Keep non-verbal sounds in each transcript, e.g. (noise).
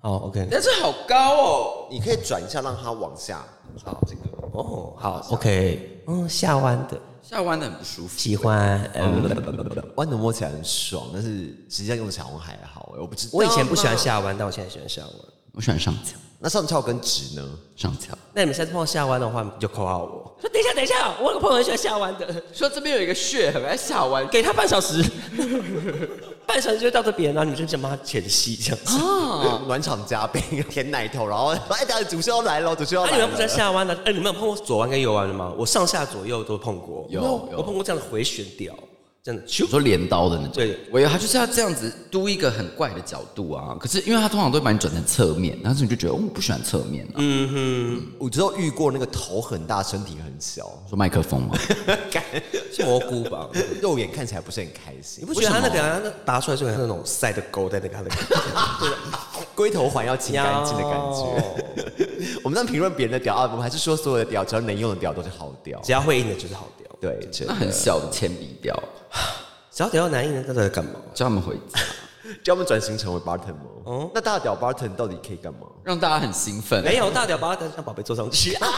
好，OK，但是好高哦，你可以转一下，让它往下。好，这个哦，好，OK，嗯，下弯的下弯的很不舒服。喜欢，呃，弯的摸起来很爽，但是实际上用起来好像还好。我不知道，我以前不喜欢下弯，但我现在喜欢下弯。我喜欢上翘，那上翘跟直呢？上翘。那你们下次碰到下弯的话，你就扣号我说等一下，等一下，我有个朋友很喜欢下弯的，说这边有一个穴，很爱下弯。给他半小 (laughs) 时，半小时就到这边，然后你就想帮他前戏这样子。啊 (laughs) 暖场嘉宾舔奶头，然后哎，等下主持人要来了，主持人要啊，来你了。们不是在下弯的？哎、你们有碰过左弯跟右弯的吗？我上下左右都碰过，有我有我碰过这样的回旋屌，这样子咻你说镰刀的那种，对我以为他就是要这样子嘟一个很怪的角度啊。可是因为他通常都会把你转成侧面，但是你就觉得哦，我不喜欢侧面啊。我只有遇过那个头很大，身体很小， (laughs) 说麦克风啊 (laughs) 嘛，是蘑菇吧？肉眼看起来不是很开你心。不觉得他那个啊他那拔出来就很像那种塞的钩在那个他的龟头环要清干净的感觉。觉？我们在评论别人的屌啊，我们还是说所有的屌，只要能用的屌都是好屌。 (laughs) (laughs) 只要会硬的就是好屌，对，真那的。很小的铅笔雕，只要屌要难硬的，那到底在干嘛？叫他们回家，叫我们转型成为 bartender 吗？哦，那大屌 bartender 到底可以干嘛？让大家很兴奋。没有大屌把他像宝贝坐上去， (laughs) 啊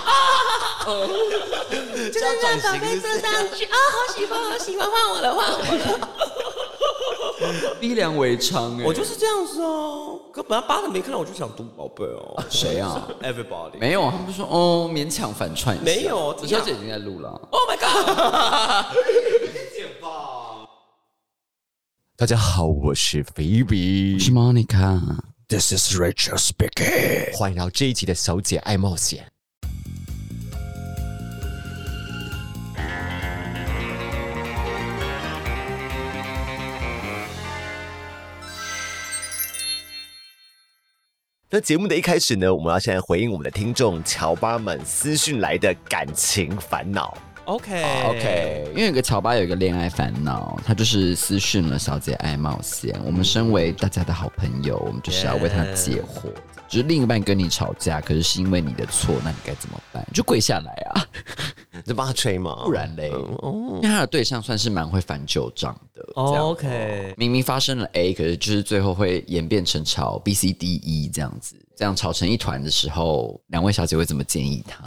这样转型是不是啊逼良为娼哎，我就是这样子哦。可本来扒着没看到，我就想读宝贝哦。谁啊？ (laughs) Everybody，没有，他们就说哦，勉强反串一下。没有我这小样姐已经在录了。啊，Oh my god！大家好，我是 Phoebe，我是 Monica，啊欢迎来到这一集的《小姐爱冒险》。那节目的一开始呢，我们要先来回应我们的听众乔巴们私讯来的感情烦恼。啊 OK OK，因为有个乔巴有一个恋爱烦恼，他就是私讯了小姐爱冒险。我们身为大家的好朋友，我们就是要为他解惑。只是另一半跟你吵架，可是是因为你的错，那你该怎么办？就跪下来哦啊，你就帮他吹吗？不然嘞，因为他的对象算是蛮会翻旧账的。这样哦 OK，明明发生了 A，可是就是最后会演变成吵 B、C、D、E 这样子，这样吵成一团的时候，两位小姐会怎么建议他？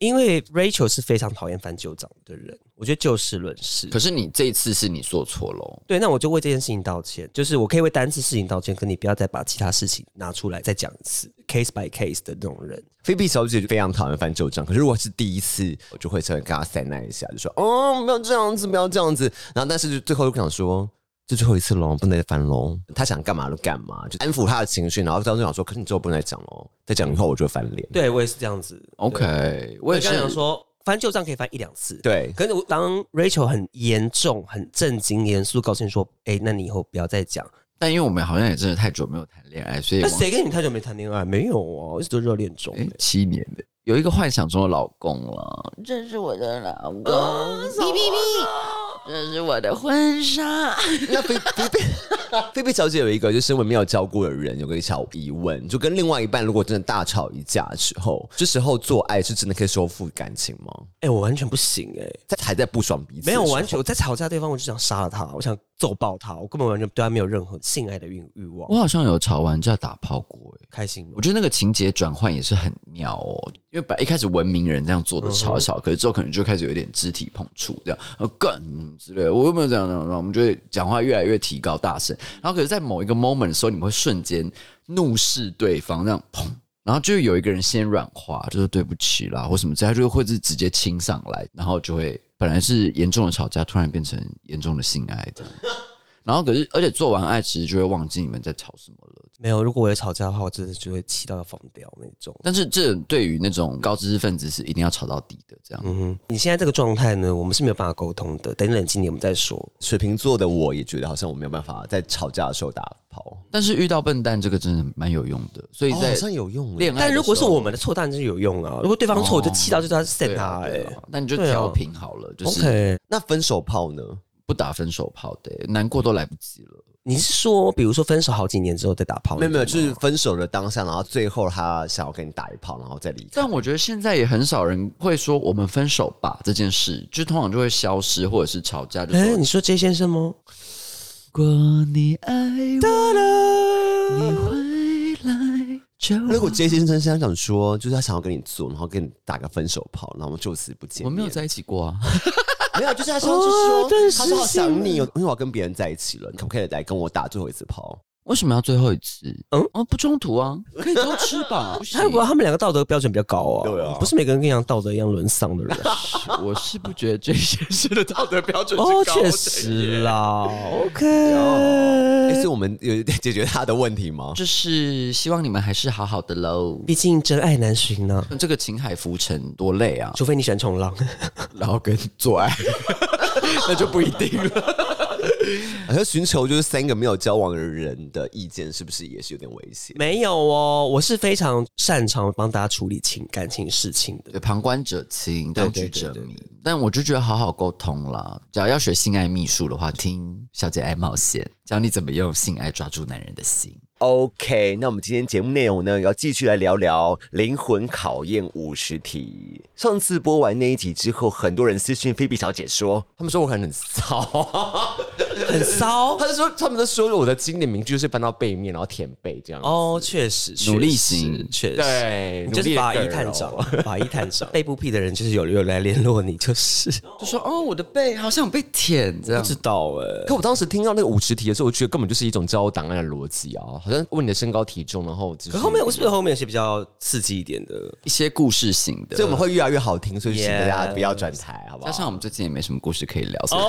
因为 Rachel 是非常讨厌翻旧账的人，我觉得就事论事。可是你这一次是你做错喽，对，那我就为这件事情道歉，就是我可以为单次事情道歉，可你不要再把其他事情拿出来再讲一次，case by case 的那种人。菲比小姐非常讨厌翻旧账，可是如果是第一次，我就会稍微跟她塞奶一下，就说：“哦，不要这样子，不要这样子。”然后，但是就最后又想说：“这最后一次喽，不能再翻喽。”她想干嘛就干嘛，就安抚她的情绪。然后到最后想说：“可是你之后不能再讲喽，再讲以后我就会翻脸。对我也是这样子。 OK，我我也也是刚想说，翻旧账可以翻一两次。”，对，可是我当 Rachel 很严重、很震惊、严肃告诉你说：“哎、那你以后不要再讲。但因为我们好像也真的太久没有谈恋爱，所”以那忘记谁跟你太久没谈恋爱？没有啊，我一直都热恋中、诶七年的有一个幻想中的老公了，这是我的老公，哦哔哔哔，这是我的婚纱。那菲菲比菲比小姐有一个，就是我没有教过的人有个小疑问，就跟另外一半如果真的大吵一架之后，这时候做爱是真的可以修复感情吗？哎、我完全不行哎、在还在不爽彼此没的时有候，完全，我在吵架的地方，我就想杀了他，我想揍爆他，我根本完全对他没有任何性爱的欲欲望我。好像有吵完就要打炮过、诶开心吗我？觉得那个情节转换也是很妙哦，因为本来一开始文明人这样做的超少，可是之后可能就开始有点肢体碰触这样，呃，干嗯之类的。我有没有这样这样？这样我们就会讲话越来越提高大声，然后可是，在某一个 moment 的时候，你们会瞬间怒视对方，这样砰。然后就有一个人先软化，就是对不起啦，或什么之类，他就会是直接亲上来，然后就会本来是严重的吵架，突然变成严重的性爱这样。 (laughs) 然后可是，而且做完爱其实就会忘记你们在吵什么了。没有，如果我有吵架的话，我真的就会气到要疯掉那种。但是这对于那种高知识分子是一定要吵到底的，这样。嗯哼，你现在这个状态呢，我们是没有办法沟通的。等你冷静点，我们再说。水瓶座的我也觉得好像我没有办法在吵架的时候打炮，但是遇到笨蛋这个真的蛮有用的，所以哦在好像有用耶恋爱的时候，但如果是我们的错，当然是有用啊。如果对方错，我就气到就是要 set 对他啊，哎、对啊那你就对啊调平好了，就啊是 OK，那分手炮呢？不打分手炮的、难过都来不及了。你是说，比如说分手好几年之后再打炮？没有没有，就是分手的当下，然后最后他想要跟你打一炮，然后再离 (laughs) 开。但我觉得现在也很少人会说我们分手吧这件事，就通常就会消失或者是吵架，就哎、说你说 J 先生吗？如果你爱我，你回来。秀。如果 J 先生现在想说，就是他想要跟你做，然后跟你打个分手炮，然后我们就此不见我面，们没有在一起过啊， (laughs) 没有，哦就是他上次说，他说好想你，哦，因为我要跟别人在一起了，你可不可以来跟我打最后一次炮？为什么要最后一次？嗯嗯，哦，不中途啊，可以偷吃吧？不行他哎不，他们两个道德标准比较高哦，对啊不是每个人跟你一样道德一样沦丧的人 (laughs) 我是不觉得这些事的道德标准哦，是高的确耶实啦，OK，哎、所以我们有解决他的问题吗？哦就是希望你们还是好好的喽。毕竟真爱难寻呢，这个情海浮沉多累啊，除非你喜欢冲浪，然后跟做 (laughs) 爱，那就不一定了。 (laughs) 好像寻求就是三个没有交往的人的意见，是不是也是有点危险？没有哦， (laughs) 我是非常擅长帮大家处理情感情事情的。对，旁观者清，当局者对对对迷。但我就觉得好好沟通啦。只要要学性爱秘术的话，听小姐爱冒险，教你怎么用性爱抓住男人的心。 OK，那我们今天节目内容呢，要继续来聊聊灵魂考验五十题。上次播完那一集之后，很多人私讯菲比小姐说，他们说我可能很骚， (laughs) 很骚他就说他们都说我的经典名句就是翻到背面，然后舔背这样。哦，哦，确实，努力确实型确实。对，你就是努力法地医探 girl 长， (laughs) 法医探长，被不屁的人就是有有来联络你，就是就说哦，我的背好像有被舔，这不 (laughs) 样知道哎、可我当时听到那个五十题的时候，我觉得根本就是一种交友档案的逻辑啊，好像问你的身高体重，然后就是可后面我是不是后面有些比较刺激一点的？一些故事型的。所以我们会越来越好听，所以请 Yeah 大家不要转台，好不加好？上我们最近也没什么故事可以聊，所以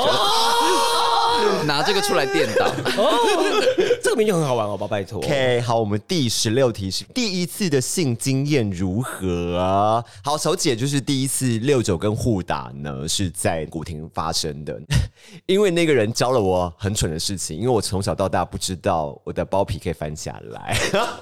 就、拿这个出来电倒。这个名就很好玩哦，宝拜托。 OK，好，我们第十六题是第一次的性经验如何？好，小姐就是第一次六九跟互打呢，是在古亭发生的， (laughs) 因为那个人教了我很蠢的事情，因为我从小到大不知道我的包皮可以翻下来， (laughs)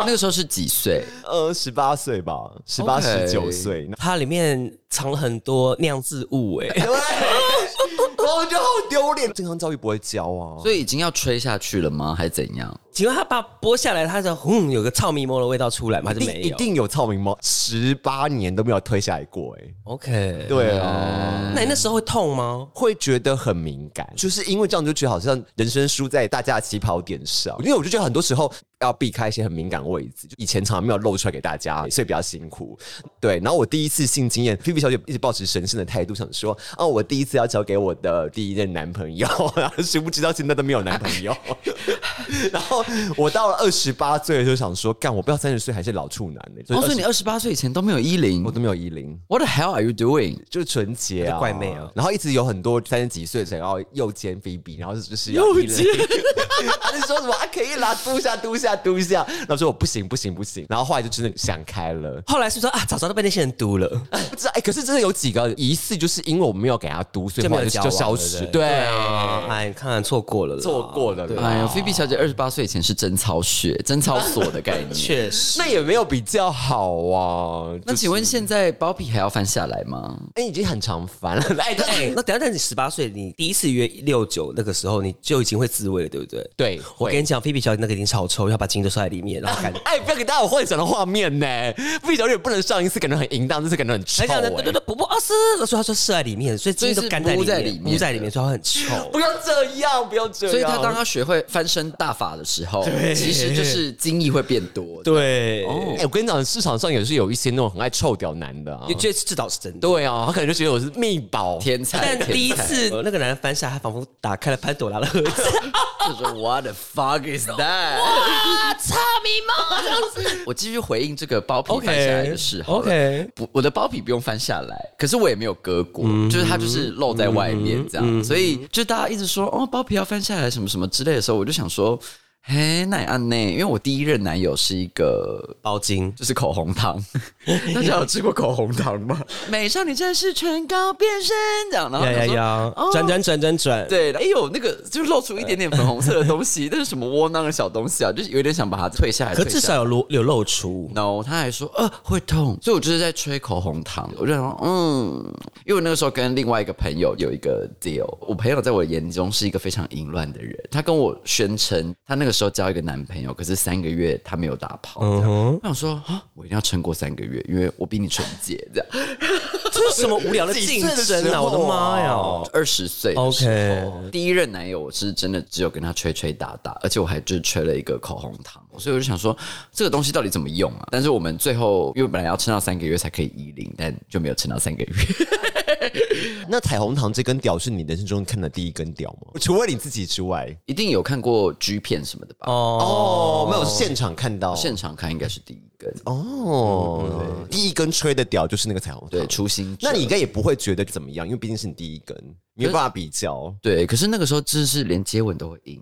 那个时候是几岁？呃，十八岁吧，十八 OK 十九岁，它里面藏了很多酿制物哎、 (laughs) 对，然后我哦就好丢脸，健康教育不会教啊，所以已经要吹下去了吗？还是怎样？请问他把它剥下来，它的嗯有个糙米沫的味道出来吗？还是一没定一有定有草民猫，十八年都没有推下来过、哎， ？OK，，对嗯啊。那你那时候会痛吗？会觉得很敏感，就是因为这样就觉得好像人生输在大家的起跑点上，因为我就觉得很多时候要避开一些很敏感的位置，就以前常常没有露出来给大家，所以比较辛苦。对，然后我第一次性经验，菲菲小姐一直保持神圣的态度，想说哦，我第一次要交给我的第一任男朋友， (laughs) 然后殊不知到现在都没有男朋友。 (laughs) 然后我到了二十八岁的时候想说，干，我不要三十岁还是老处男呢、所哦，以所以20你二十八岁以前都没有衣领我都没有依零。 ？What the hell are you doing？就是纯洁就啊，怪妹啊然后一直有很多三十几岁想要右肩菲比，然后就是右肩， (laughs) 他就说什么啊可以啦，嘟一下嘟一下嘟一下，然后说我不行不行不行，然后后来就真的想开了， (laughs) 后来是说啊，早早都被那些人毒了，不知道哎、可是真的有几个疑似就是因为我没有给他读，所以就没后有来交就往就消失，对不对对啊，哎，看错过了，错，过了啊啦，哎呀，菲比小姐二十八岁以前是贞操血、贞操锁的概念。 (laughs) 确实。那也没有比较好啊。那请问现在包皮还要翻下来吗？哎、已经很常烦 (laughs) 了，哎、哎、那等一下，但你十八岁，你第一次约六九那个时候，你就已经会自慰了，对不对？对，我跟会你。讲，菲比小姐那个已经超臭，要把精都塞在里面，然后感觉。哎、不要给大家有幻想的画面呢、菲比小姐不能上一次感觉很淫荡，这次感觉很臭、还讲的哎对对对，不不啊是，所以他说射在里面，所以精所以都是干在污里在面，里面污在里面，所以它很臭。不要这样，不要啊这样。所以她当她学会翻身大法的时候，其实就是精液会变多。对，哎、我跟你讲，市场上也是有一些那种很爱臭屌男的啊也。觉得这倒是真的。对啊，他可能就觉得我是密宝，天才，但第一天才次那个男人翻下，他仿佛打开了潘朵拉的盒子。就说 What the fuck is that？啊，操你啊妈！这样子， (laughs) 我继续回应这个包皮翻下来的事好了 OK，嗯不，我的包皮不用翻下来，可是我也没有割过，就是它就是露在外面这样，所以就大家一直说哦，包皮要翻下来什么什么之类的时候，我就想说，嘿，那也按内，因为我第一任男友是一个。包茎，就是口红 (laughs) 糖，大家有吃过口红糖吗？美少女战士唇膏变身这样，然后呀我想呀说呀哦，转转转转转。对，哎呦，那个就露出一点点粉红色的 (laughs) 东西，那是什么窝囊的小东西啊？就是有点想把它退下来。可退至下来少有露有露出。 no，他还说呃会痛，所以我就是在吹口红糖。我就想说嗯，因为我那个时候跟另外一个朋友有一个 deal，我朋友在我眼中是一个非常淫乱的人，他跟我宣称他那个时候交一个男朋友，可是三个月他没有嗯打炮。这样我想说啊，我一定要撑过三个月，因为我比你纯洁这样。这是什么无聊的竞争啊！我的妈呀！二十岁的时候 OK 第一任男友我是真的只有跟他吹吹打打，而且我还就是吹了一个口红糖，所以我就想说这个东西到底怎么用啊？但是我们最后因为本来要撑到三个月才可以移零，但就没有撑到三个月。 (laughs) 那彩虹糖这根屌是你人生中看的第一根屌吗？除了你自己之外，一定有看过 G 片什么的吧？哦，没有现场看到，现场看应该是第一根，嗯哦，第一根吹的屌就是那个彩虹对，糖。初心者。那你应该也不会觉得怎么样，因为毕竟是你第一根，没有办法比较。对，可是那个时候真的是连接吻都会硬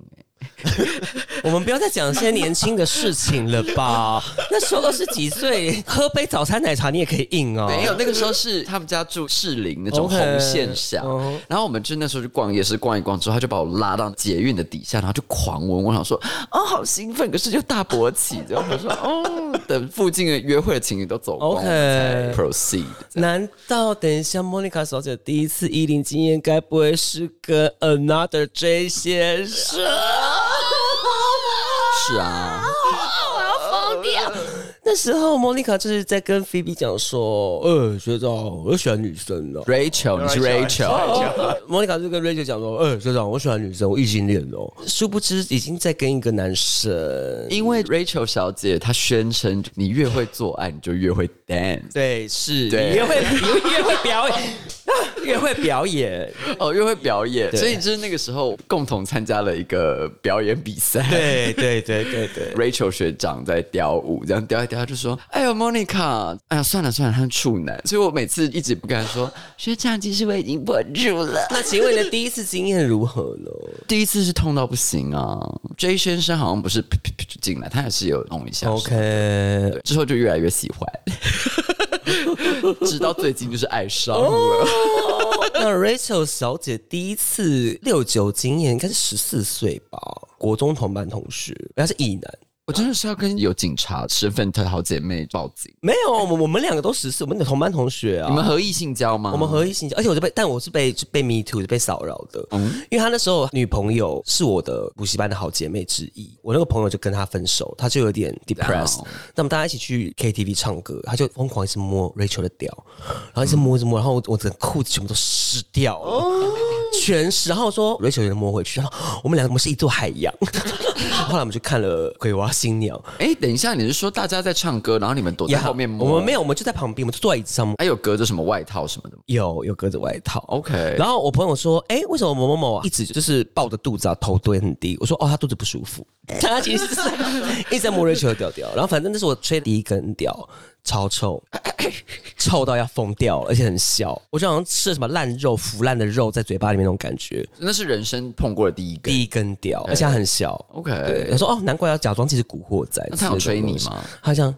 哎、 (laughs) 我们不要再讲一些年轻的事情了 (laughs) 吧？那时候都是几岁，喝杯早餐奶茶你也可以硬哦。没有，那个时候是 (laughs) 他们家住士林那种 OK，红线下嗯然后我们就那时候去逛夜市，逛一逛之后，他就把我拉到捷运的底下，然后就狂吻。我想说，哦，好兴奋，可是就大勃起。然后我说， (laughs) 哦，等附近的约会的情侣都走光 OK 我们才 proceed。难道等一下莫妮卡小姐第一次一零经验，该不会是跟 Another J 先 (laughs) 生？是啊，疯掉！那时候莫妮卡就是在跟菲比讲说：“呃，学长，我喜欢女生的。” Rachel，你是 Rachel，莫妮卡就跟 Rachel 讲说：“呃，学长，我喜欢女生，我异性恋哦。”殊不知已经在跟一个男生。因为 Rachel 小姐她宣称，你越会做爱，你就越会 dance，对，是对你越会你越会表 (laughs) 演，越会表演。哦，越会表演，对所以就是那个时候共同参加了一个表演比赛。对对对对对， Rachel 学长在雕舞，这样雕一雕，他就说：“哎呦，Monica，哎呀，算了算了，他是处男。”所以我每次一直不跟他说。学长，其实我已经破处了。那请问你的第一次经验如何呢？第一次是痛到不行啊！J 先生好像不是噗噗噗就进来，他还是有弄一下。 OK，对之后就越来越喜欢， (laughs) 直到最近就是爱上哦了。那 Rachel 小姐第一次六九经验应该是十四岁吧，国中同班同学，人家是异男。我真的是要跟有警察身份的好姐妹报警。没有，我们我们两个都十四，我们的同班同学啊。你们合意性交吗？我们合一性交，而且我是被，但我是被是被 me too 是被骚扰的，嗯因为他那时候女朋友是我的补习班的好姐妹之一，我那个朋友就跟她分手，她就有点 depressed， Wow 那么大家一起去 KTV 唱歌，她就疯狂一直摸 Rachel 的屌，然后一直摸一嗯直摸，然后我我整个裤子全部都湿掉了。哦全湿，然后说 Rachel 也能摸回去，然后我们两个我们是一座海洋。 (laughs) 后来我们去看了《鬼娃新娘哎、等一下，你是说大家在唱歌，然后你们躲》，在也后面摸？我们没有，我们就在旁边，我们就坐在椅子上摸，还有隔着什么外套什么的吗有有隔着外套。 ？OK，然后我朋友说：“哎、为什么某某某啊一直就是抱着肚子啊，头堆很低？”我说：“哦，他肚子不舒服。”他其实是一直在摸 Rachel 的屌屌。然后反正那是我吹第一根屌，超 (laughs) 臭，臭到要疯掉了，而且很小。我就好像吃了什么烂肉、腐烂的肉在嘴巴里面那种感觉。那是人生碰过的第一个。第一根屌，而且它很小。 OK 对，他说：“哦，难怪要假装自己是古惑仔。”那他有追你吗？他这样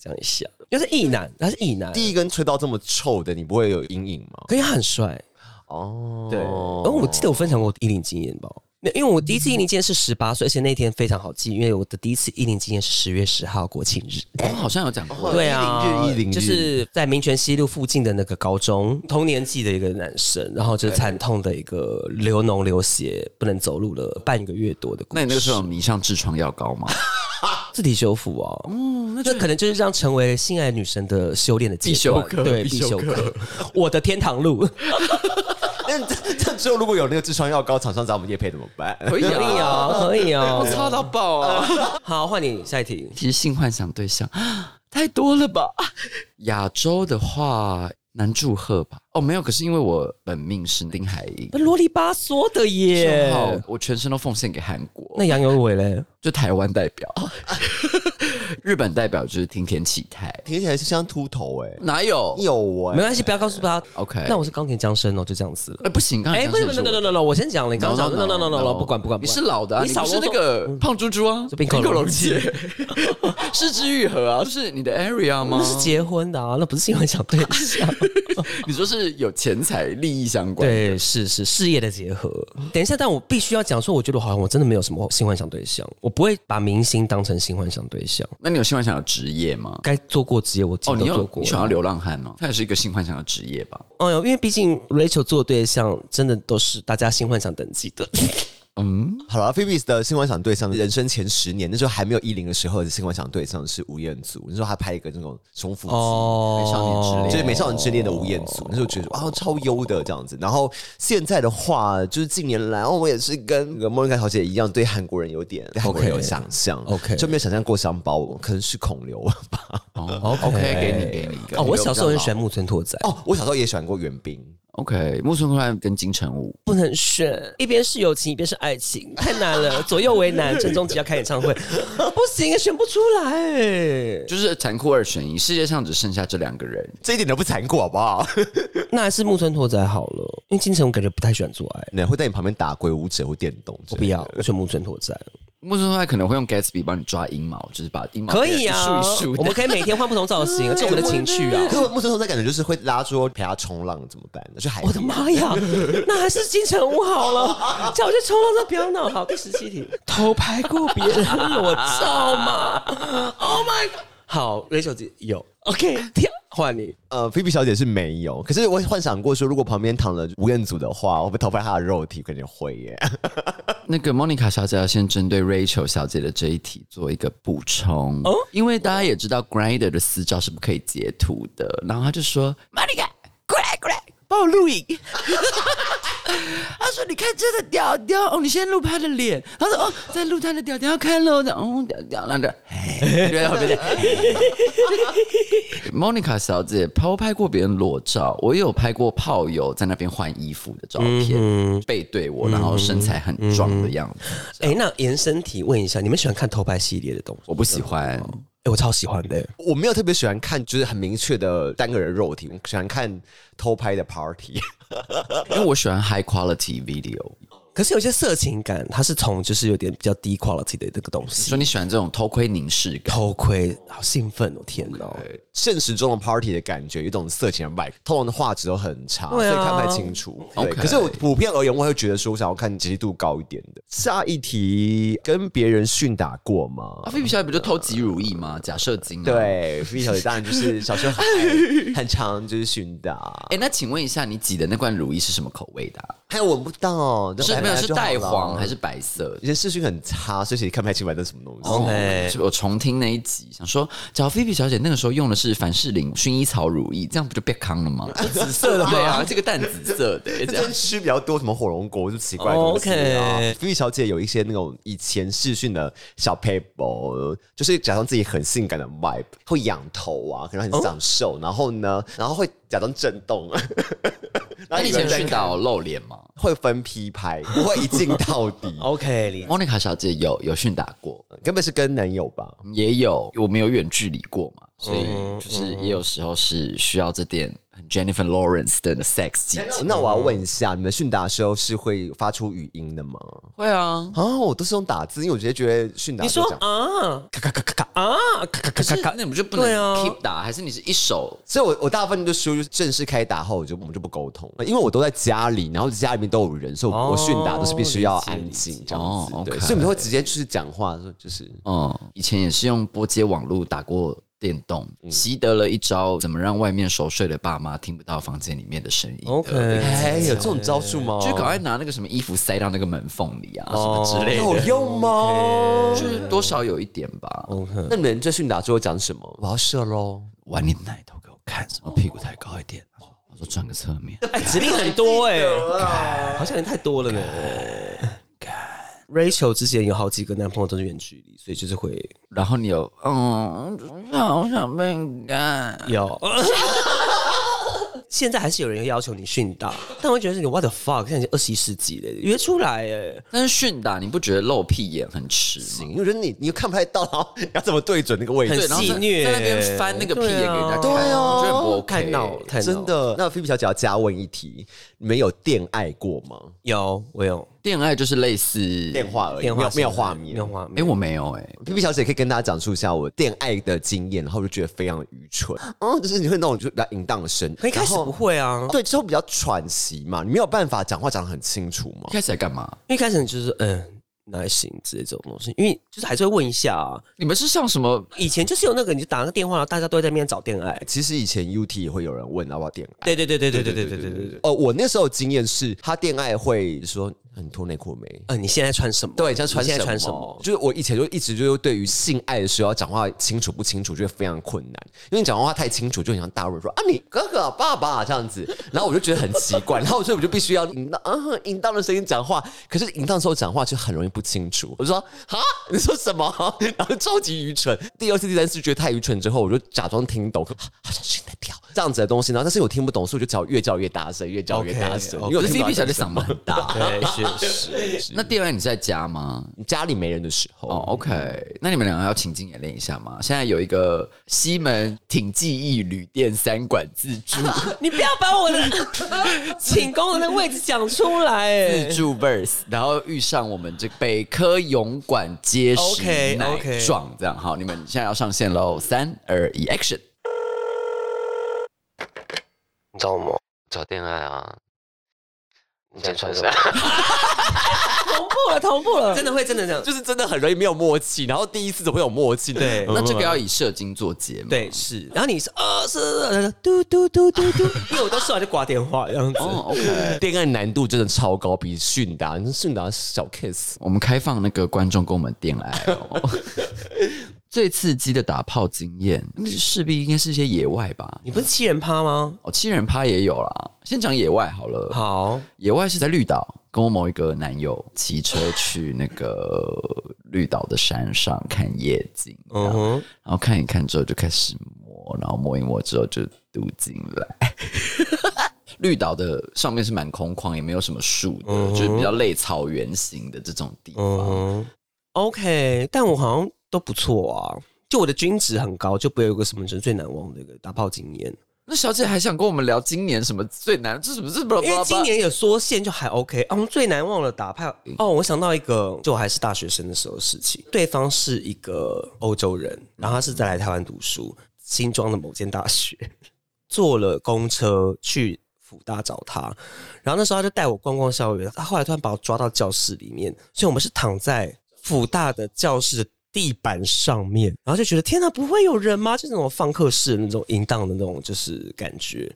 这样一下，因为是异男，他是异男，第一根吹到这么臭的，你不会有阴影吗？ (laughs) 可以很帅。哦，对然后我记得我分享过一零经验吧。那因为我第一次一零经验是十八岁，而且那天非常好记，因为我的第一次一零经验是十月十号国庆日。我好像有讲过。对啊， 10日10日就是在民权西路附近的那个高中，同年纪的一个男生，然后就是惨痛的一个流脓流血，不能走路了半个月多的故那事。你那个时候有迷上痔疮药膏吗？自体修复啊，那可能就是让成为性爱女神的修炼的必必修课对必必修修课。我的天堂路但这这之后如果有那个痔疮药膏厂商找我们叶配怎么办？ (laughs) (laughs) 可以啊可以， (laughs) 哦，可以哦。操到爆啊！好，换你下一题。其实性幻想对象 (gasps) 太多了吧？ (laughs) 亚洲的话，南祝贺吧。哦，没有，可是因为我本命是丁海寅，啰里吧嗦的耶正。好我全身都奉献给韩国那，哦杨有伟 (laughs) 嘞？就台湾代表。 (laughs) 日本代表就是听天启泰，听起来是像秃头哎，哪有？有没哎，关系，不要告诉他。 OK 那我是钢铁江生哦，就这样子了。哎，不行，刚才哎，讲不是，不的是，不我是，不是，不是，我先讲了，你刚刚 No, 讲，no no no, no no, no no. no，不管不管，不管你是 (laughs) 老的、啊，你你少不是那啰嗦嗯个胖猪猪啊，是冰口冰龙姐， (laughs) 是之愈合啊，就是你的 area 吗那？是结婚的啊，那不是因为想对象。 (laughs) 你说是有钱财利益相关，对，是是事业的结合。等一下，但我必须要讲说，我觉得好像我真的没有什么性幻想对象，我不会把明星当成性幻想对象。那你有性幻想的职业吗？该做过职业，我自哦，己你都做有过。你喜欢流浪汉吗？他也是一个性幻想的职业吧？哦，因为毕竟 Rachel 做的对象真的都是大家性幻想等级的。嗯，好了，Phoebe 的性幻想对象，人生前十年，那时候还没有一零的时候的性幻想对象是吴彦祖，那时候还拍一个那种胸腹肌。 (laughs) (laughs) 哦，哎少年之恋就是《美少女之恋》的吴彦祖，那时候觉得哇超优的这样子。然后现在的话，就是近年来，哦，我也是跟那个莫妮卡小姐一样，对韩国人有点对韩国人有想象 OK 就没有想象过香包，可能是孔刘吧。哦 OK 给你给你一个。哦，我小时候很喜选欢木村拓哉， (laughs) 哦，我小时候也喜欢过袁冰， OK，木村拓哉跟金城武，不能选，一边是友情，一边是爱情，太难了，左右为 (laughs) 难。郑中基要开演唱会，不行，选不出来。 (laughs) 就是残酷二选一，世界上只剩下这两个人。这一点都不残酷好不好？ (laughs) 那还是木村拓哉好了，因为金城我感觉不太喜欢做爱，那会在你旁边打鬼舞者或电动之我类的，不要，我选木村拓哉。木村拓哉可能会用 Gatsby 帮你抓阴毛，就是把阴毛可以啊，一束一束我们的。可以每天换不同造 (laughs) 型，这是我的情趣啊可。是木村拓哉感觉就是会拉桌陪他冲浪怎么办？去海我边的妈呀，那还是金城武好了，叫我去冲浪，那不要闹。好，第十七题，偷拍过别人裸照吗？Oh my，God 好，Rachel 姐有，OK，跳 (laughs) 换你。呃，菲比小姐是没有，可是我幻想过说，如果旁边躺了吴彦祖的话，我会偷拍她的肉体，感觉会耶。 (laughs) 那个 Monica 小姐要先针对 Rachel 小姐的这一题做一个补充，因为大家也知道 Grinder 的私照是不可以截图的，然后他就说 Monica 过来过来帮我录影。他说：“你看这个屌屌哦，你先录他的脸。”他说：“哦，在录他的屌屌，看喽。”然后哦屌屌，然后就哎，就在后面就 Monica 小姐抛拍过别人裸照，我也有拍过炮友在那边换衣服的照片，背对我，然后身材很壮的样子，哎、那延伸题问一下，你们喜欢看偷拍系列的东西？我不喜欢。哎、我超喜欢的、我没有特别喜欢看，就是很明确的单个人肉体，我喜欢看偷拍的 party。 (laughs) 因为我喜欢 high quality video。可是有些色情感，它是从就是有点比较低 quality 的这个东西。说你喜欢这种偷窥凝视感，偷窥，好兴奋哦！天哪，现实中的 party 的感觉，有一种色情的 vibe，通常的画质都很差，所对以啊看不太清楚。对， OK 可是我普遍而言，我会觉得说我想要看解析度高一点的。下一题，跟别人训打过吗？嗯啊，菲比小姐不就偷吉如意吗？假射精、啊。。对，菲比小姐当然就是小时候很爱很常就是训打，哎、那请问一下，你挤的那罐如意是什么口味的啊、还有闻不到，是没有是带黄还是？是白色以前视讯很差，所以其实看不太清白这是什么东哦西。哦 OK 是不是我重听那一集，想说，只要菲比小姐那个时候用的是凡士林薰衣草乳液，这样不就变康了吗？ (laughs) 紫色的对啊，这个淡紫色的、这这边样。哦吃比较多什么火龙果，就奇怪的东西啊。 OK。菲比小姐有一些那种以前视讯的小哦 paper，就是假装自己很性感的 vibe，会仰头啊，可能很享受。然后呢，然后会假装震 (laughs) 动， (laughs) 那你以前在训导露脸 (laughs) 吗会分批拍，不会一镜到底，OK，理解 (laughs) 哦？Monica 小姐有有训打过，根本是跟男友吧？也有我们有远距离过嘛，所以就是也有时候是需要这点很 Jennifer Lawrence 的 sex 技巧。那我要问一下，你们训打的时候是会发出语音的吗？会啊，啊，我都是用打字，因为我直接觉得训打你就这说样。啊，咔咔咔咔咔啊，咔咔咔可是咔咔，那你们就不能对啊 keep 打，还是你是一手？所以我，我大部分就输入正式开打后，我就我们就不沟通，因为我都在家里，然后家里面都有人，所以我哦我训打都是必须要安静这样子，哦对， OK 所以我们都会直接就是讲话，说就是嗯，以前也是用拨接网络打过电动，习得了一招怎么让外面熟睡的爸妈听不到房间里面的声音的 OK 哎，有这种招数吗？就赶快拿那个什么衣服塞到那个门缝里啊，什么之类有的，用吗？就是多少有一点吧。那你们在训打之后讲什么？我要射喽！玩你的奶头给我看，什么屁股抬高一点。我说转个侧面。哎，指令很多哎、好像人太多了呢。Rachel 之前有好几个男朋友都是远距离，所以就是会然后你有，嗯，好想被干。有。现在还是有人要求你训导，但我觉得是你 what the fuck，现在已经二十一世纪了，约出来哎，但是训打，你不觉得露屁眼很吃吗？因为我觉得你你又看不太到，然后要怎么对准那个位置？很对，然后戏在虐在那边翻那个屁眼给人家看，对我觉得不 OK。太闹了，太闹了真的？那菲比小姐要加问一题，你们有恋爱过吗？有我有恋爱就是类似电。话而已，电没话有没有画面，没有画面哎，。我没有哎、 P P 小姐可以跟大家讲述一下我恋爱的经验，然后我就觉得非常愚蠢。嗯，就是你会那种就比较淫荡的声，哦可一开始然后不会啊，对，之后比较喘息嘛，你没有办法讲话讲得很清楚嘛 (laughs) 一。开始在干嘛？因为一开始你就是嗯，哪行之类这种东西，因为就是还是会问一下啊。你们是上什么？以前就是有那个，你就打那个电话，大家都在那边找恋爱。其实以前 U T 也会有人问要不要恋爱，对对对对对对对对对对对。哦，我那时候的经验是，他恋爱会说很脱内裤没？呃，你现在穿什么？对，像穿你现在穿什什么 (laughs) 么？？就是我以前就一直就是对于性爱的时候要讲话清楚不清楚，就会非常困难，因为你讲话太清楚，就很像大陆人说啊你哥哥爸爸这样子， (laughs) 然后我就觉得很奇怪，然后所以我就必须要引到嗯哼引到的声音讲话，可是引到的时候讲话就很容易不清楚，我就说啊你说什么？ (laughs) 然后超级愚蠢，第二次、第三次觉得太愚蠢之后，我就假装听懂，啊好像是你在跳这样子的东西，然后但是我听不懂，所以我就叫越叫越大声，越叫越大声 OK，OK 因为我可是听不到 CP 小姐在讲嗓门什么很 (laughs) 大。对，是是是。那第二你是在家吗？家里没人的时候哦、o k 那你们两个要情境演练一下吗？现在有一个西门挺记忆旅店三馆自助你不要把我的 (laughs) 寝宫的那个位置讲出来哎自。助 verse，然后遇上我们这北科勇馆结实 OK，奶 OK 壮这样好，你们现在要上线喽，三二一，action！你知道吗？找恋爱啊！你想穿什么？同步了，同步了，真的会真的这样。就是真的很容易没有默契，然后第一次怎么会有默契呢？对那这个要以射精做结吗？对，是。然后你是呃是呃嘟嘟嘟嘟嘟， (laughs) 因为我都说完就挂电话这样子。哦，OK、o k 恋爱难度真的超高，比迅达，迅达小 case。我们开放那个观众跟我们恋爱哦。最刺激的打炮经验，那势必应该是一些野外吧？你不是七人趴吗？哦，七人趴也有啦。先讲野外好了。好，野外是在绿岛，跟我某一个男友骑车去那个绿岛的山上看夜景，嗯哼，然后看一看之后就开始摸，然后摸一摸之后就嘟进来。 (laughs) 绿岛的上面是蛮空旷，也没有什么树的，就是比较类草原型的这种地方。嗯哼，OK。但我好像都不错啊，就我的均值很高，就不会有个什么人最难忘的一个打炮经验。那小姐还想跟我们聊今年什么最难？这什么？这不因为今年有缩限，就还 OK。啊，我们最难忘了打派哦，我想到一个，就我还是大学生的时候的事情。对方是一个欧洲人，然后他是在来台湾读书，新庄的某间大学，坐了公车去辅大找他。然后那时候他就带我逛逛校园，他后来突然把我抓到教室里面，所以我们是躺在辅大的教室的地板上面，然后就觉得天哪，不会有人吗？就那种放课式的那种淫荡的那种就是感觉。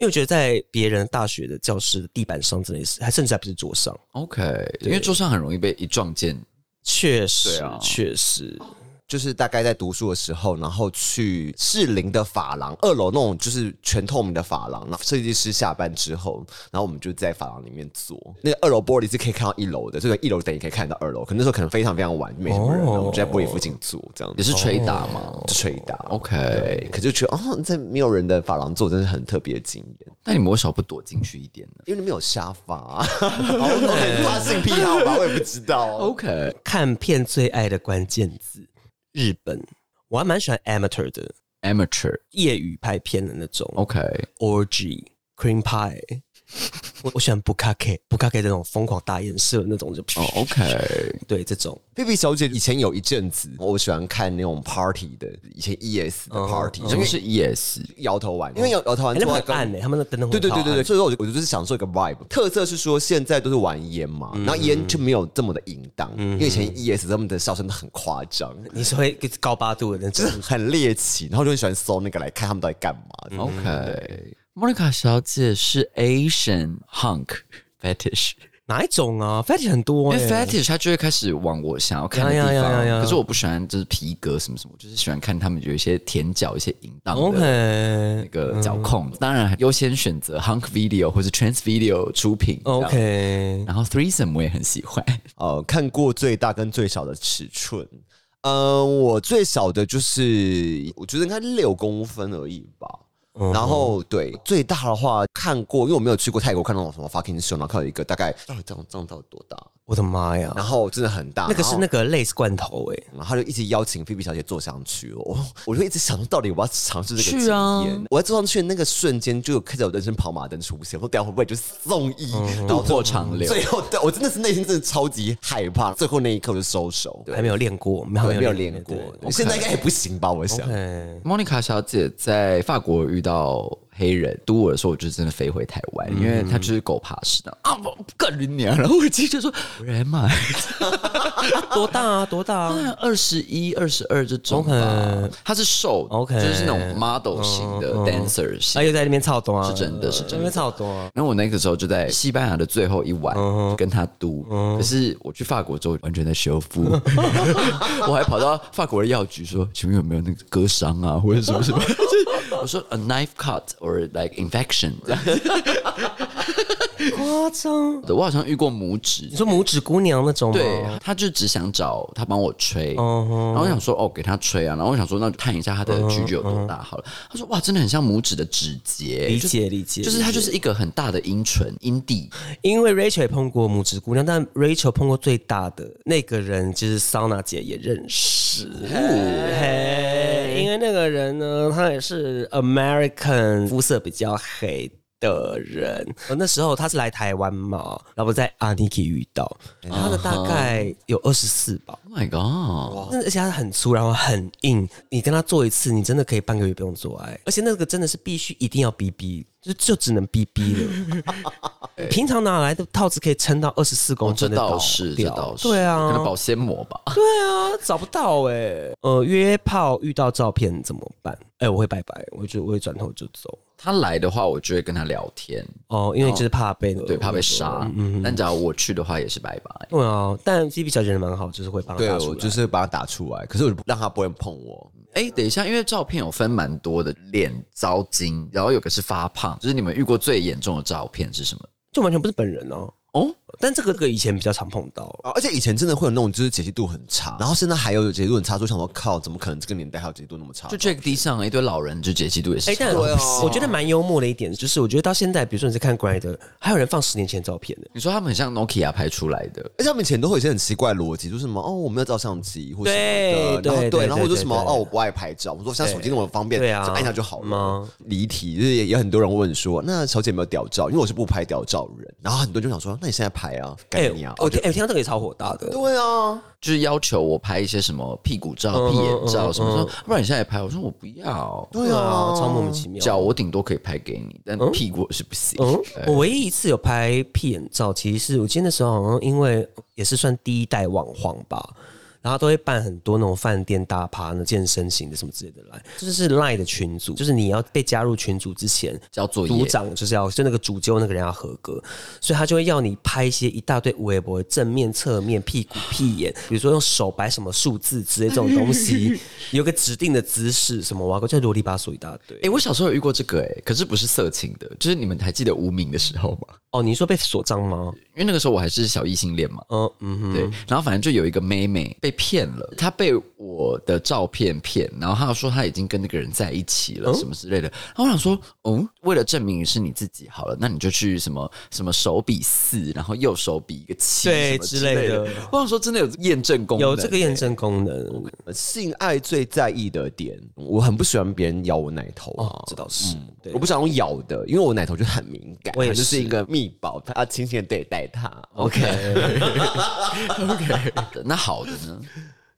因为我觉得在别人大学的教室的地板上，真的是，还甚至还不是桌上， OK，因为桌上很容易被一撞见。确实，对啊确实，就是大概在读书的时候，然后去士林的发廊二楼那种就是全透明的发廊，然后设计师下班之后，然后我们就在发廊里面坐，那个二楼玻璃是可以看到一楼的，所以一楼等于可以看到二楼。可那时候可能非常非常晚，没什么人，哦然后我们就在玻璃附近坐，这样哦也是捶打吗就捶打。 OK，可是就觉得哦，在没有人的发廊坐，真是很特别的经验，那你们为什么不躲进去一点呢因为里面有沙发、哦我跨性癖好吧，我也不知道、 (laughs) ？OK，看片最爱的关键字，日本，我还蛮喜欢 amateur 的 amateur。业余拍片的那种 OK， orgy cream pie，我我喜欢 bukake (laughs) bukake 这种疯狂大演示的那种就哦、o k 对这种菲菲小姐以前有一阵子，我喜欢看那种 party 的，以前 ES 嗯的 party，、什么是 ES？摇头丸，因为摇摇头丸哎那做很的跟暗呢，他们的灯都对对很对对对，暗所以说我就我就是享受一个 vibe，特色是说现在都是玩烟嘛，嗯然后烟就没有这么的淫荡，因为以前 E ES 他们的笑声都很夸张，你是会高八度的那种就。 (laughs) 是很猎奇，然后就很喜欢搜那个来看他们到底干嘛。哦然后嗯 OK，莫妮卡小姐是 Asian hunk fetish，哪一种啊？fetish 很多因哎、为 fetish 她就会开始往我想要看的地呀呀方。呀呀呀可是我不喜欢就是皮革什么什么，我就是喜欢看他们有一些舔脚、一些淫荡的。那哦 OK 嗯个脚控，当然优先选择 Hunk Video 或是 Trans Video 出品。这样哦 OK，然后 Threesome 我也很喜欢。 (laughs) 呃，看过最大跟最小的尺寸。嗯，我最小的就是我觉得应该六公分而已吧。嗯然后对最大的话看过，因为我没有去过泰国看那种什么 fucking show，然后看到一个大概到底这样这样到底多大，我的妈呀！然后真的很大，哦那个是然后那个 lace 罐头哎、然后他就一直邀请菲菲小姐坐上去，哦我我就一直想说，到底我要尝试这个经去啊验。我在坐上去的那个瞬间，就有看到我人生跑马灯出现，我说等一下会不会就是送医，然后渡破长流最后，对我真的是内心真的超级害怕，最后那一刻我就收手，对还没有练过，没对没有练练过，现在应该也不行吧？我想 OK，莫妮卡小姐在法国遇到黑人堵我的时候，我就真的飞回台湾，嗯因为他就是狗爬式的啊，我干你娘！ (laughs) 然后我自己就说，我来买，多大啊？多大啊？二十一、二十二这种吧 OK，他是瘦 OK 就是那种 model 型的嗯嗯 dancer 型啊，。又在那边操多啊？是真的是真的那边操多啊？然后我那个时候就在西班牙的最后一晚嗯就跟他嘟，可是我去法国之后完全在修 (laughs) 复，我还跑到法国的药局说，请问有没有那个割伤啊或者什么什么？就是我说 a knife cut or like infection 这样子。夸张！我好像遇过拇指你，说拇指姑娘那种吗？对，他就只想找他帮我吹，哦然后我想说哦给他吹啊，然后我想说那就探一下他的距离有多大好了。他说哇真的很像拇指的指节，嗯理就解理解，就是它理解就是一个很大的阴唇阴蒂，因为 Rachel 也碰过拇指姑娘，但 Rachel 碰过最大的那个人，就是 Sauna 姐也认识。嘿因为那个人呢，他也是 American，肤色比较黑。的人，呃那时候他是来台湾嘛，然后我在阿尼基遇到，他的大概有二十四吧， Oh my god！那而且它很粗，然后很硬。你跟他做一次，你真的可以半个月不用做爱，而且那个真的是必须一定要逼逼，就就只能逼逼 (laughs) 了。平常拿来的套子可以撑到二十四公哦，这分的倒是，这屌倒是，对啊，可能保鲜膜吧。对啊，找不到哎、呃，约炮遇到照片怎么办？哎、我会拜拜，我就我会转头就走他来的话，我就会跟他聊天，哦，因为就是怕被、对，怕被杀。但只要我去的话，也是拜拜。对啊，但 C B 小姐人蛮好，就是会帮她对，打出我来。就是把它打出来，可是我就让他不会碰我。哎，等一下，因为照片有分蛮多的，脸糟金，然后有个是发胖，就是你们遇过最严重的照片是什么？就完全不是本人哦。哦，但这个这个以前比较常碰到，啊而且以前真的会有那种就是解析度很差，然后现在还有解析度很差，就想说靠，怎么可能这个年代还有解析度那么差就？这个地上一堆老人，就解析度也是哎、差但不多。我觉得蛮幽默的一点，就是我觉得到现在，比如说你在看 Grinder，还有人放十年前的照片的。你说他们很像 Nokia 拍出来的，而且他们以前都会有一些很奇怪的逻辑，就是什么哦，我没有照相机，或什对么的，然对后对对，然后我就什么对对哦，我不爱拍照，我说像手机那么方便，对啊就按一下就好了吗。离题就是也有很多人问说，那小姐有没有屌照？因为我是不拍屌照人，然后很多人就想说，那你现在拍啊，哎、干你啊！我听哎、我听到这个也超火大的。对啊，就是要求我拍一些什么屁股照、嗯屁眼照嗯什么，说不然你现在拍，我说我不要。对啊，超啊，莫名其妙。脚我顶多可以拍给你，但屁股我是不行。嗯，哎我唯一一次有拍屁眼照，其实是我记得那时候好像因为也是算第一代网黄吧，然后都会办很多那种饭店大趴、那健身型的什么之类的来，这就是 Line 的群组，就是你要被加入群组之前，交作业组长就是要就那个主揪那个人要合格，所以他就会要你拍一些一大堆微博正面、侧面、屁股、屁眼，比如说用手摆什么数字之类这种东 (laughs) 西，有个指定的姿势什么哇，就啰里吧嗦一大堆哎、。我小时候有遇过这个哎、可是不是色情的，就是你们还记得无名的时候吗？哦，你说被锁账吗？因为那个时候我还是小异性恋嘛，嗯嗯哼，对。然后反正就有一个妹妹被骗了，她被我的照片骗，然后她说她已经跟那个人在一起嗯了，什么之类的。然后我想说，哦，为了证明是你自己好了，那你就去什么什么手比四，然后右手比一个七，对什么之之类类的的。我想说，真的有验证功能，有这个验证功能。性爱最在意的点，我很不喜欢别人咬我奶头啊，这倒哦是，哦嗯对我不想用咬的，因为我奶头就很敏感，我也它就是是一个密宝，他要轻轻的对待它。 OK，欸。 (laughs) 那好的呢？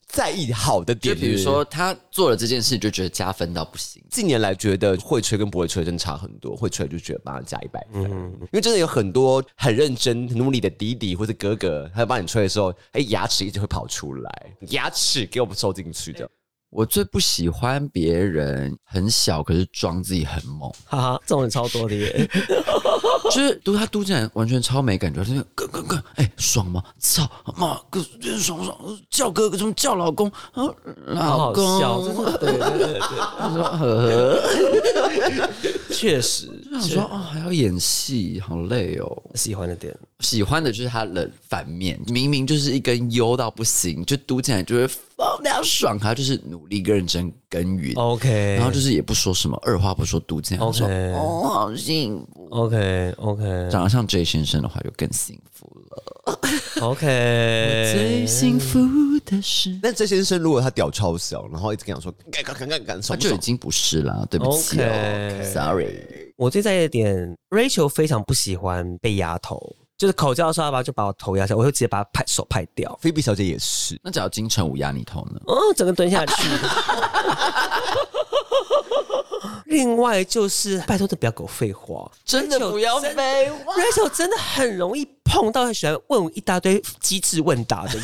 在意好的就点，比如说，她做了这件事，就觉得加分到不行。近年来觉得会吹跟不会吹真差很多，会吹就觉得帮他加一百分，因为真的有很多很认真、很努力的弟弟或者哥哥，他在帮你吹的时候，哎、牙齿一直会跑出来，牙齿给我们收进去的。我最不喜欢别人很小，可是装自己很猛，哈哈，这种人超多的耶。 (laughs) 就是嘟他嘟进来完全超没感觉，就是哥哥哥，哎、爽吗？操妈，哥爽不爽？叫哥哥怎么叫老公？啊，老好公，好笑，真的 (laughs) 对对对我说呃，对，确实我想说哦，还要演戏，好累哦。喜欢的点。喜欢的就是他的反面，明明就是一根优到不行，就嘟进来就会疯掉爽，他就是努力跟认真耕耘。 OK，然后就是也不说什么，二话不说嘟进来，我说 OK 哦，好幸福。 OK OK 长得像 J 先生的话，就更幸福了。 OK，幸福的是，那这先生如果他屌超小，然后一直跟你讲说，干干干干干，他爽不就已爽？经不是啦，对不起 OK 哦，sorry。我最在意的点，Rachel 非常不喜欢被压头，就是口交的时候，要不要就把我头压下，我就直接把他拍手拍掉，哦菲比小姐也是，那只要金城武压你头呢？哦，整个蹲下去。另外就是，拜托，真的不要给我废话，真的不要废话。Rachel 真的很容易碰到很喜欢问我一大堆机智问答的人，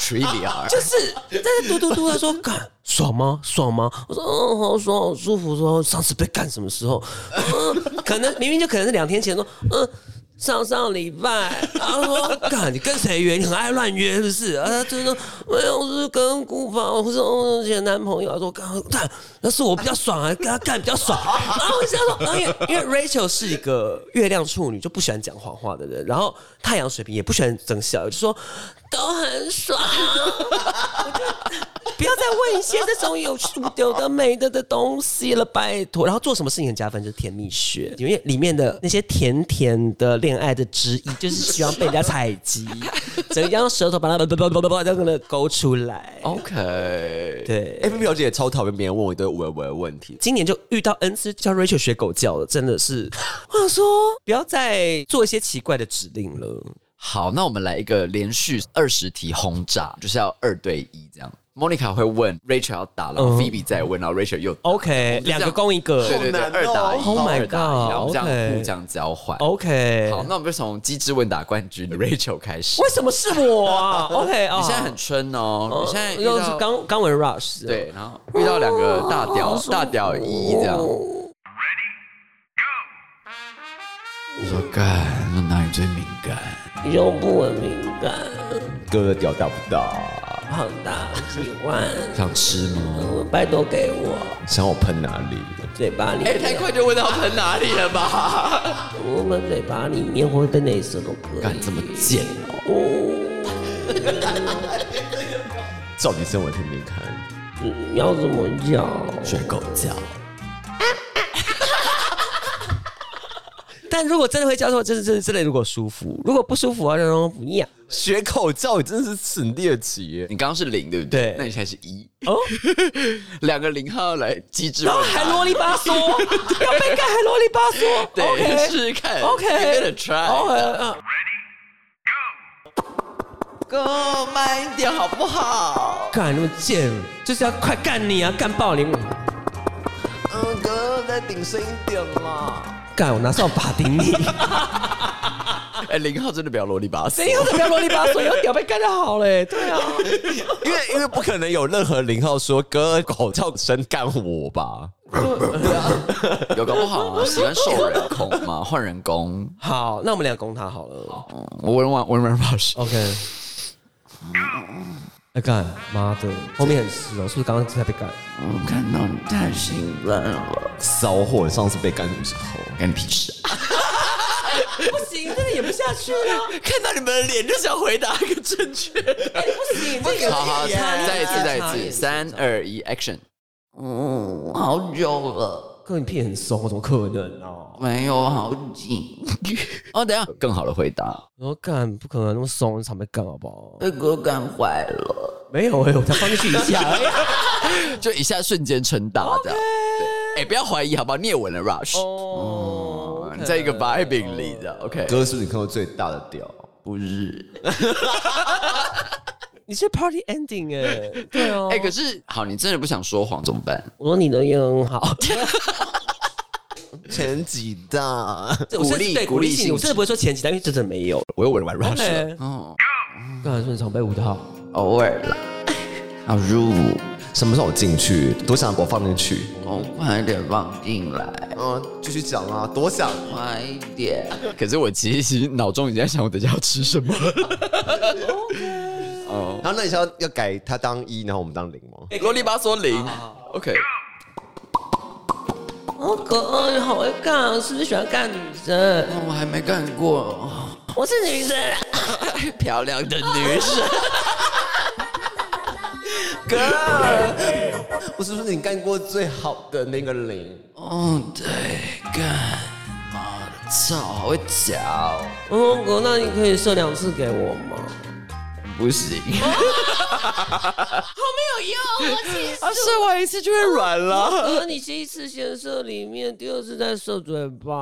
Trilliard，就是在那嘟嘟嘟，他说干 (laughs) 爽吗？爽吗？我说嗯，好爽，好舒服。说上次被干什么时候？嗯，可能明明就可能是两天前说，嗯。上上礼拜，然后说：“ (laughs) 干，你跟谁约？你很爱乱约是不是？”啊，他就说：“没有，我是跟姑爸，我是我前男朋友。”他说：“干干，那是我比较爽啊，跟他干比较爽。”然后我想说，然后因为因为 Rachel 是一个月亮处女，就不喜欢讲谎话的人，然后太阳水瓶也不喜欢整小，就说都很爽。不要再问一些这种有有的没的的东西了，拜托。然后做什么事情很加分就是甜蜜学，因为里面的那些甜甜的恋爱的旨意，就是希望被人家采集，整个用舌头把它叭叭叭叭叭这样的勾出来。 OK，对， A P P 小姐也超讨厌别人问我一堆无谓的问题，今年就遇到 N 次叫 Rachel 学狗叫了，真的是，我想说不要再做一些奇怪的指令了。好，那我们来一个连续二十题轰炸，就是要二对一这样。Monica 会问 Rachel 要打，然后嗯 Phoebe 再问，然后 Rachel 又哦打 OK，两个攻一个。对对对，二打一 Oh my 二打一然后 God，这样 OK 互相交换。Oh OK，好，那我们就从机智问答冠军 Rachel 开始为。什么是我啊？OK 啊，你现在很春哦，你现在遇又是到刚哦刚完 rush 的对，然后遇到两个大屌大屌一这样。我说干，那哪里最敏感？又不很敏感，哥的屌大不大？胖大喜欢，想吃吗？拜托给我想我喷哪里？嘴巴里哎、太快就问到喷哪里了吧？我们嘴巴里面会被那什么歌干这么 (laughs) 贱哦！叫你声我听听看。你要怎么叫？学狗叫，但如果真的会叫的话，真的真的真的如果舒服，如果不舒服啊，然后不一样。学口叫，你真的是很猎奇耶！你刚刚是零对不对？对那你现在是一哦， (laughs) 两个零号来机智然问 (laughs) 后答还啰里吧嗦， (laughs) 要被干还啰里吧嗦。 (laughs) 对， OK 试试看 OK give it a try， OK，嗯哥慢一 Oh 点好不好？干那么贱，就是要快干你啊，干爆你！嗯，哥再顶深一点嘛。干我拿扫把顶 (laughs) 你！ (laughs) 哎，零号真的不要啰里吧嗦 (laughs) 谁，要怎么样啰里吧嗦，要屌被干就好嘞。对啊，因为因为不可能有任何零号说哥口叫声干我吧？有搞不好 (laughs) 啊，喜欢兽人控吗？换人工，好，那我们俩攻他好了。我问完，我问完 rush， (laughs) OK。哎干妈的，后面很湿哦，是不是刚刚在被干？我看到你太兴奋了，骚货，上次被干什么时候？干你屁事啊！不行，这个演不下去啊了，看到你们的脸就想啊回答一个正确的。哎不行，这个好 (laughs) 好，再一次，再一次，演三二一，action！嗯，好久了，哥你屁很松，怎么可能哦？没有好紧。哦，等一下，更好的回答，我说干不可能那么松，常被干好不好？被哥干坏了，没有哎，我才放进去一下而已。就一下瞬间撑大这样。对，哎，不要怀疑好不好？你也吻了 Rush，哦哦，你在一个 vibing 里的 OK。哥是不是你看过最大的屌？不是，你是 party ending (laughs) 哎，对哦。哎，可是好，你真的不想说谎怎么办？我说你的也很 (laughs) 好，前几大？我甚至鼓励对鼓鼓励励性，性我真的不会说前几，但因为真的没有。 (laughs) 我又闻完 rush 了。哎，哦，干顺常被五套。偶尔啦，好舒服，什么时候我进去？多想把我放进去。我快点放进来，嗯，继续讲啊，多想。快一点。可是我其实脑中已经在想我等一下要吃什么。然后那你要要改他当一，然后我们当零吗？啰里吧嗦零，OK。哎哦，哥，你好会干，是不是喜欢干女生？那 (laughs) 我还没干过，我是女生，漂亮的女生。我哦是不是你干过最好的那个零？ (laughs) 哦，对，干妈的操，好会讲哦，哦，哥，那你可以射两次给我吗？不行，好没有用，我啊他射完一次就会软了，哦哥，你第一次先射里面，第二次再射嘴巴。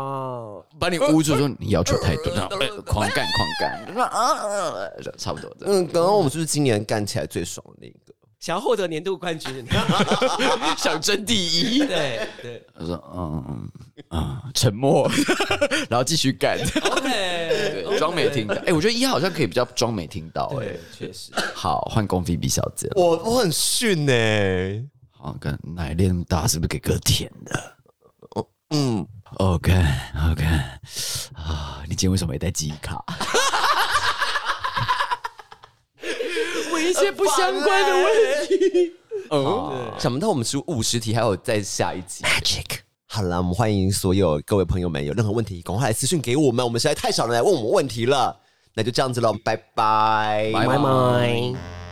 (laughs) 把你捂住说你要求太 (laughs) 多，然后、呃、狂 (laughs) 干狂干，啊啊啊，差不多的。嗯，刚刚我们是不是今年干起来最爽的那个？想要获得年度冠军，想争第一。对对他说嗯嗯嗯，沉默， (laughs) 然后继续干， ，OK，对， (laughs) 装没听到。哎、我觉得一号好像可以比较装没听到、哎对，，确实，好，换公菲比小姐了。我我很逊哎、好，看奶练那么大，是不是给哥舔的？嗯，哦，看，好看啊！你今天为什么没带记忆卡？问一 é 些不相 um 关的问题。哦，想不到我们出五十题，还有在下一集。Magic。好啦，我们欢迎所有各位朋友们，有任何问题赶快来私讯给我们，我们实在太少人来问我们问题了。那就这样子喽，拜拜，拜拜。拜。